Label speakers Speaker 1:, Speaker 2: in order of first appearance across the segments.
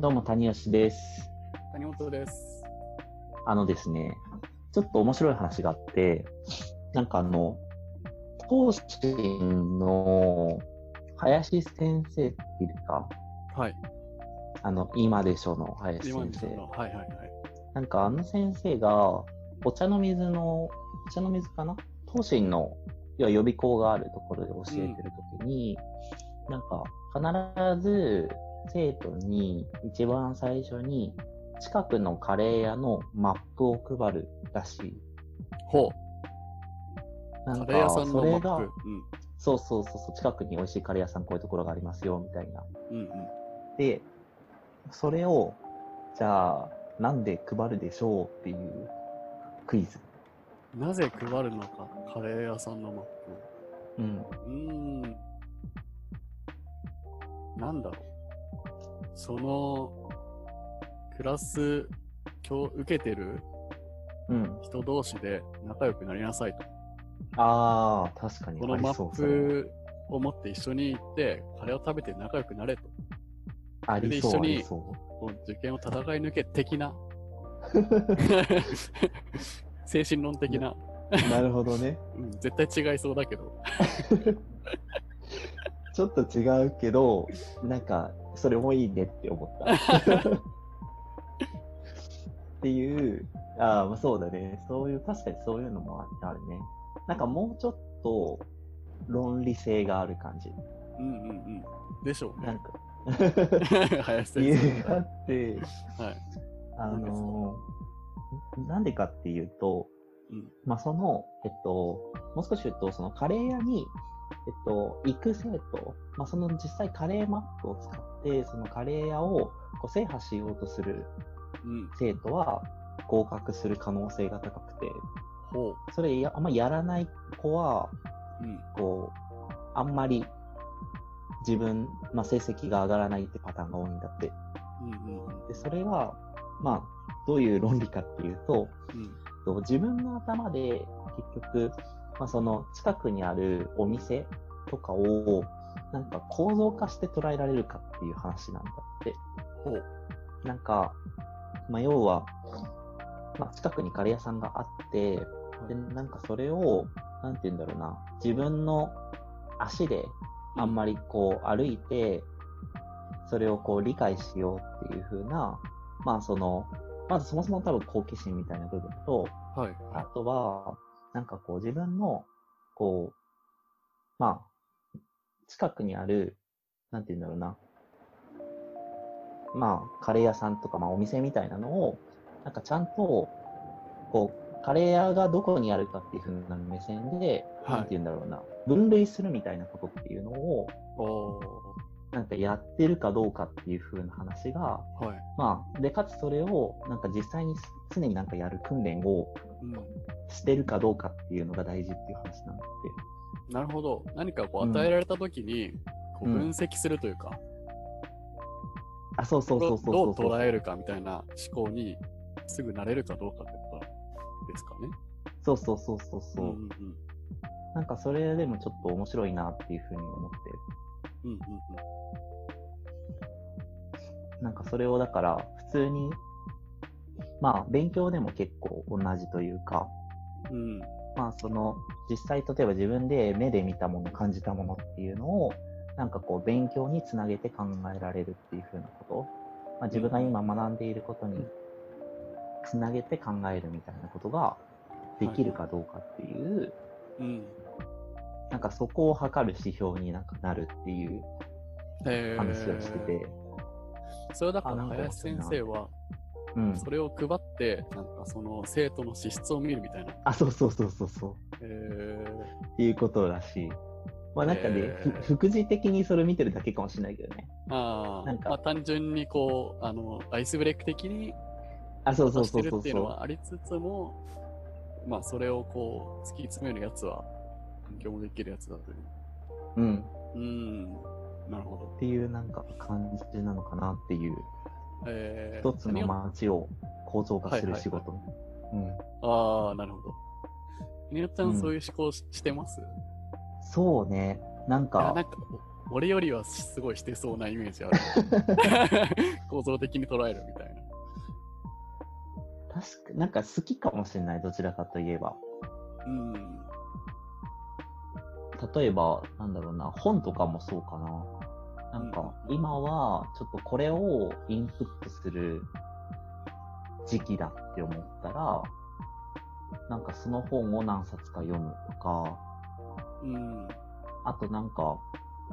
Speaker 1: どうも谷吉です。
Speaker 2: 谷本です。
Speaker 1: あのですね、ちょっと面白い話があって、なんかあの、講師の林先生っていうか、
Speaker 2: はい。
Speaker 1: あの、今でしょの林
Speaker 2: 今
Speaker 1: 先
Speaker 2: 見た
Speaker 1: 生。
Speaker 2: の。はいはいはい。
Speaker 1: なんかあの先生が、お茶の水の、お茶の水かな東進の、要は予備校があるところで教えてるときに、なんか必ず生徒に一番最初に近くのカレー屋のマップを配るらしい。
Speaker 2: ほ
Speaker 1: な
Speaker 2: う。
Speaker 1: ん
Speaker 2: カレー屋さ
Speaker 1: か
Speaker 2: ん
Speaker 1: そ
Speaker 2: のマ
Speaker 1: れ
Speaker 2: ッ
Speaker 1: が
Speaker 2: プ、。
Speaker 1: そうそうそうそう、近くに美味しいカレー屋さんこういうところがありますよ、みたいな。
Speaker 2: うん。うんうん。
Speaker 1: で、それを、じゃあ、なんで配るでしょうっていうクイズ。
Speaker 2: なぜ配るのか、カレー屋さんのマッ
Speaker 1: うん。
Speaker 2: プ。うーん。なんだろう。その、クラス、今日受けてる
Speaker 1: うん。
Speaker 2: 人同士で仲良くなりなさいと。
Speaker 1: ああ、確かに。
Speaker 2: このマ
Speaker 1: ありそう
Speaker 2: ッ
Speaker 1: それ
Speaker 2: プを持って一緒に行って、カレーを食べて仲良くなれと。
Speaker 1: ありそう、あ
Speaker 2: それで一緒に
Speaker 1: りそ
Speaker 2: もう受験を戦い抜け 的な。精神論的な。
Speaker 1: う。なるほどね。
Speaker 2: うん、絶対違いそうだけど。
Speaker 1: ちょっと違うけど、なんか、それもいいねって思った。 っていう、ああ、まあそうだね。そういう、確かにそういうのもあるね。なんかもうちょっと論理性がある感じ。
Speaker 2: うんうんうん。でしょう
Speaker 1: なん。
Speaker 2: ね
Speaker 1: か、
Speaker 2: 林
Speaker 1: 理
Speaker 2: 先
Speaker 1: 由があ
Speaker 2: 生。
Speaker 1: って、
Speaker 2: はい。
Speaker 1: あのーなんでかっていうと、
Speaker 2: うん
Speaker 1: まあ、その、えっと、もう少し言うと、そのカレー屋に、えっと、行く生徒、まあ、その実際カレーマップを使って、そのカレー屋をこう制覇しようとする
Speaker 2: うん。
Speaker 1: 生徒は合格する可能性が高くて、
Speaker 2: ほう。
Speaker 1: それやあんまやらない子は、
Speaker 2: うん。
Speaker 1: こう、あんまり自分、まあ、成績が上がらないってパターンが多いんだって。
Speaker 2: うんうんうん。
Speaker 1: で、それは、まあ、どういう論理かっていうと、
Speaker 2: うん。
Speaker 1: と自分の頭で結局、まあ、その近くにあるお店とかをなんか構造化して捉えられるかっていう話なんだって。
Speaker 2: ほう。
Speaker 1: なんか、まあ、要は、まあ、近くにカレー屋さんがあって、で、なんかそれを、なんて言うんだろうな、自分の足であんまりこう歩いて、それをこう理解しようっていう風な、まあその、まずそもそも多分好奇心みたいな部分と、
Speaker 2: はい。
Speaker 1: あとは、なんかこう自分の、こう、まあ、近くにある、なんて言うんだろうな。まあ、カレー屋さんとか、まあお店みたいなのを、なんかちゃんと、こう、カレー屋がどこにあるかっていうふうな目線で、
Speaker 2: はい
Speaker 1: なんて言うんだろうな。分類するみたいなことっていうのを、
Speaker 2: お
Speaker 1: なんかやってるかどうかっていうふうな話が、
Speaker 2: ー。はい。
Speaker 1: まあ、で、かつそれを、なんか実際に常になんかやる訓練を、
Speaker 2: うん。
Speaker 1: してるかどうかっていうのが大事っていう話なんで。
Speaker 2: なるほど。何かこ
Speaker 1: う
Speaker 2: う、
Speaker 1: ん
Speaker 2: 与えられた時に、こう、
Speaker 1: うん
Speaker 2: 分析するというか、
Speaker 1: あ、そうそうそうそう
Speaker 2: ど
Speaker 1: そううそう
Speaker 2: 捉えるかみたいな思考に、すぐなれるかどうかってことですかね。
Speaker 1: そうそうそうそうそう、
Speaker 2: うんうんうん。
Speaker 1: なんかそれでもちょっと面白いなっていうふうに思って。
Speaker 2: うんうん
Speaker 1: なんかそれをだから普通に、まあ勉強でも結構同じというか、
Speaker 2: うん。うん。
Speaker 1: まあその実際例えば自分で目で見たもの感じたものっていうのをなんかこう勉強につなげて考えられるっていうふうなこと、まあ、自分が今学んでいることにつなげて考えるみたいなことができるかどうかっていう、
Speaker 2: うん。
Speaker 1: なんかそこを測る指標になんかなるっていう
Speaker 2: えー
Speaker 1: 話をしてて、
Speaker 2: それだか
Speaker 1: あな
Speaker 2: ら
Speaker 1: んか
Speaker 2: 林先生は、
Speaker 1: うん。
Speaker 2: それを配って、なんかその生徒の資質を見るみたいな。
Speaker 1: あ、そうそうそうそうそう。
Speaker 2: えー、
Speaker 1: っていうことらしい。まあなんかね、
Speaker 2: へー
Speaker 1: ふ副次的にそれ見てるだけかもしれないけどね。
Speaker 2: あ
Speaker 1: なん
Speaker 2: あ、
Speaker 1: か
Speaker 2: まあ単純にこう、あの、アイスブレイク的に
Speaker 1: あ、そうそ
Speaker 2: 渡
Speaker 1: う
Speaker 2: し
Speaker 1: そ
Speaker 2: て
Speaker 1: う
Speaker 2: る
Speaker 1: そう
Speaker 2: っていう
Speaker 1: そ
Speaker 2: の
Speaker 1: う。
Speaker 2: はありつつも、まあそれをこう、突き詰めるやつは、勉強もできるやつだという。
Speaker 1: うん。
Speaker 2: うーん、なるほど
Speaker 1: っ。ていうなんか感じなのかなっていう、
Speaker 2: えー、
Speaker 1: 一つの
Speaker 2: 何を
Speaker 1: 街を構造化する
Speaker 2: はいはいはい
Speaker 1: 仕事。うん。
Speaker 2: ああ、なるほど。ニノちゃ
Speaker 1: うん
Speaker 2: んそういう思考し,、してます
Speaker 1: そうね。なん
Speaker 2: あ
Speaker 1: か
Speaker 2: なん、か、俺よりはすごいしてそうなイメージある。構造的に捉えるみたいな。
Speaker 1: 確かなんか好きかもしれない、どちらかといえば。
Speaker 2: うん。
Speaker 1: 例えば、なんだろうな、本とかもそうかな。なんか、今は、ちょっとこれをインプットする時期だって思ったら、なんかその本を何冊か読むとか、
Speaker 2: うん。
Speaker 1: あとなんか、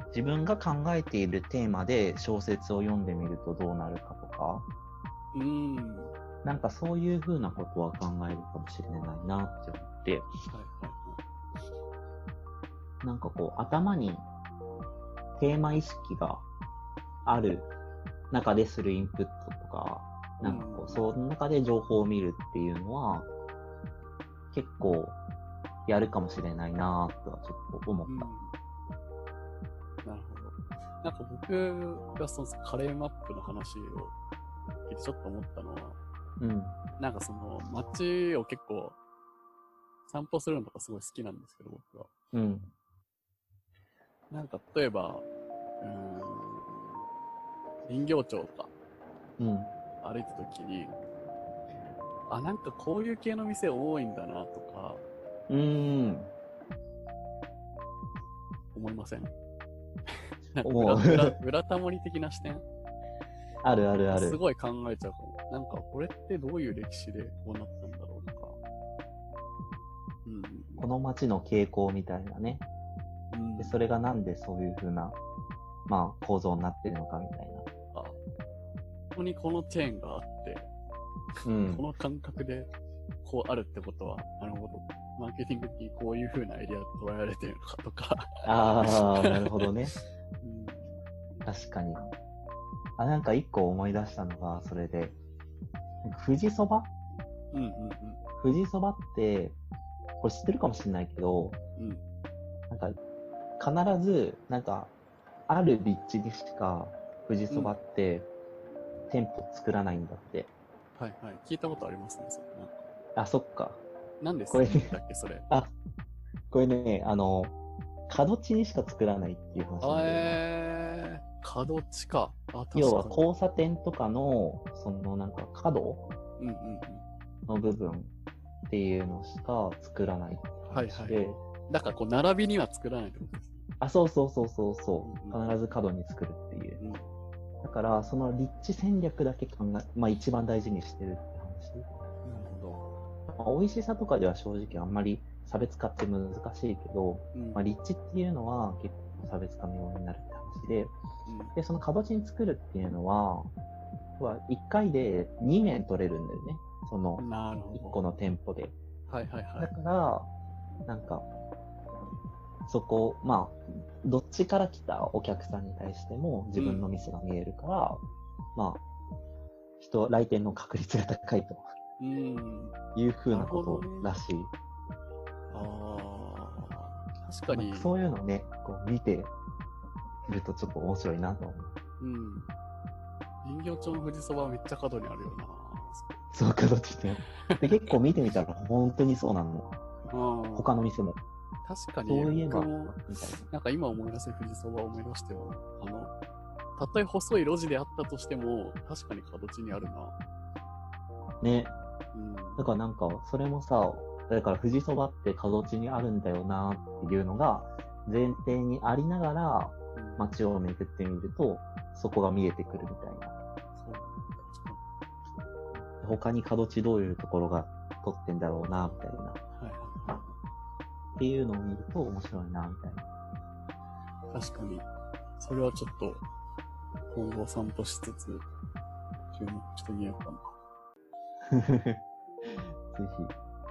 Speaker 1: 自分が考えているテーマで小説を読んでみるとどうなるかとか、
Speaker 2: うん。はい
Speaker 1: なんかそういう風なことは考えるかもしれないなって思って、
Speaker 2: は
Speaker 1: なんかこう頭にテーマ意識がある中でするインプットとか、なんかこ
Speaker 2: うん
Speaker 1: う、その中で情報を見るっていうのは、結構やるかもしれないなとはちょっと思っ
Speaker 2: い
Speaker 1: た。
Speaker 2: うん。なるほど。なんか僕がそのカレーマップの話を聞いてちょっと思ったのは、
Speaker 1: うん。
Speaker 2: なんかその街を結構散歩するのとかすごい好きなんですけど、僕は。
Speaker 1: うん。
Speaker 2: なんか例えば、うーん、林業町とか
Speaker 1: うん。
Speaker 2: 歩いた時に、あ、なんかこういう系の店多いんだなとか
Speaker 1: うーん。
Speaker 2: 思い ませんなんか
Speaker 1: 思う
Speaker 2: 裏裏裏タモリ的な視点
Speaker 1: あるあるあ
Speaker 2: す
Speaker 1: る。
Speaker 2: ごい考えちゃうかも。なんかこれってどういう歴史でこうなったんだろうとか。うん
Speaker 1: この街の傾向みたいなね。
Speaker 2: うん。
Speaker 1: で、それがなんでそういう風な、まあ、構造になってるのかみたいな。
Speaker 2: あここにこのチェーンがあって、
Speaker 1: うん
Speaker 2: こ。の感覚でこうあるってことは、なるほど。マーケティング的にこういう風なエリアで捉えられてるのかとか。
Speaker 1: ああ、なるほどね。
Speaker 2: うん
Speaker 1: 確かに。あ、なんか一個思い出したのが、それで、なんか富士そば
Speaker 2: うんうん
Speaker 1: 富士そばって、これ知ってるかもしれないけど、
Speaker 2: うん。うん。
Speaker 1: なんか必ず、なんか、ある立地にしか富士そばって、店舗作らないんだって。
Speaker 2: はいはい。聞いたことありますね、それ。なんか
Speaker 1: あ、そっか。
Speaker 2: なんです
Speaker 1: これ
Speaker 2: だっ け、それ。
Speaker 1: これね、あの、角地にしか作らないっていう話なんだよね
Speaker 2: えー、角地か。あ、確かに。
Speaker 1: 要は交差点とかの、そのなんか角
Speaker 2: うんうんうん。
Speaker 1: の部分っていうのしか作らないって
Speaker 2: はい
Speaker 1: 話
Speaker 2: は
Speaker 1: で、
Speaker 2: い。だからこう、並びには作らないってことです。
Speaker 1: あ、そうそうそうそうそ
Speaker 2: うんう
Speaker 1: う。
Speaker 2: ん
Speaker 1: 必ず角に作るっていう。
Speaker 2: うん。
Speaker 1: だから、その立地戦略だけ考え、まあ一番大事にしてるって
Speaker 2: なるほ
Speaker 1: 話。まあ、美味しさとかでは正直あんまり差別化って難しいけど、
Speaker 2: ど。うん。
Speaker 1: まあ立地っていうのは結構差別化のようになるって話で、で、その角地に作るっていうのは、は1回で2年取れるんだよね。その
Speaker 2: うんなる
Speaker 1: 1
Speaker 2: ほ
Speaker 1: 個の店舗で。
Speaker 2: ど。はいはいは
Speaker 1: だ
Speaker 2: い。
Speaker 1: から、なんか、そこ、まあ、どっちから来たお客さんに対しても自分の店が見えるから、まあ、人、来店の確率が高いと
Speaker 2: うん。
Speaker 1: いうふうなこ
Speaker 2: なるほ
Speaker 1: と
Speaker 2: どね
Speaker 1: らしい。
Speaker 2: ああ。確かに。
Speaker 1: まあそういうのね、こう見てるとちょっと面白いなと思う。
Speaker 2: うん。人形町の富士そばはめっちゃ角にあるよな。
Speaker 1: そうか、どっちでも。で、結構見てみたら本当にそうなの。
Speaker 2: うん。
Speaker 1: 他の店も。
Speaker 2: 確かに、
Speaker 1: そういえば
Speaker 2: 僕も、
Speaker 1: みたいな。
Speaker 2: なんか今思い出せ富士そばを思い出しても、あの、たとえ細い路地であったとしても、確かに角地にあるな。
Speaker 1: ね。
Speaker 2: うん。
Speaker 1: だからなんか、それもさ、だから富士そばって角地にあるんだよなっていうのが前提にありながら
Speaker 2: うん
Speaker 1: 街を巡ってみるとそこが見えてくるみたいな。
Speaker 2: そう確
Speaker 1: 他
Speaker 2: かに
Speaker 1: に角地どういうところが取ってんだろうなみたいな。っ
Speaker 2: はいはいはい。
Speaker 1: ていうのを見ると面白いなみたいな。
Speaker 2: 確かに。それはちょっと、今後散歩しつつ、注目してみようかな。
Speaker 1: ぜひ。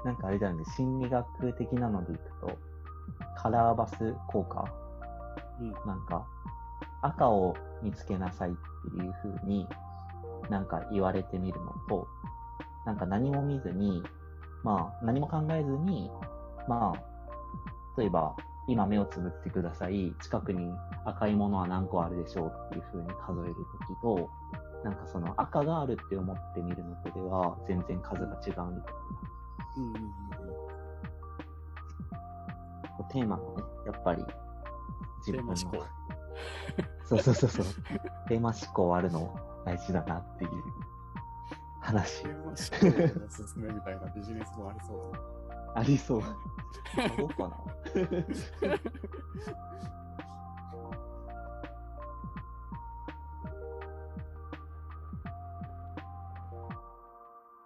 Speaker 1: なんかあれだよね、心理学的なのでいくと、カラーバス効果
Speaker 2: うん。
Speaker 1: なんか、赤を見つけなさいっていう風に、なんか言われてみるのと、なんか何も見ずに、まあ何も考えずに、まあ、例えば、今目をつぶってください。近くに赤いものは何個あるでしょうっていう風に数えるときと、なんかその赤があるって思ってみるのとでは全然数が違うみたいな。
Speaker 2: うんうん
Speaker 1: こうテーマがね、やっぱり
Speaker 2: うん。
Speaker 1: 自
Speaker 2: テー
Speaker 1: 分
Speaker 2: マ
Speaker 1: の
Speaker 2: 思考。
Speaker 1: そうそうそうそう。テーマ思考あるの大事だなっていう話
Speaker 2: テーマ思考のおすすめみたいなビジネスもありそう
Speaker 1: ありそう。どうかな
Speaker 2: だな。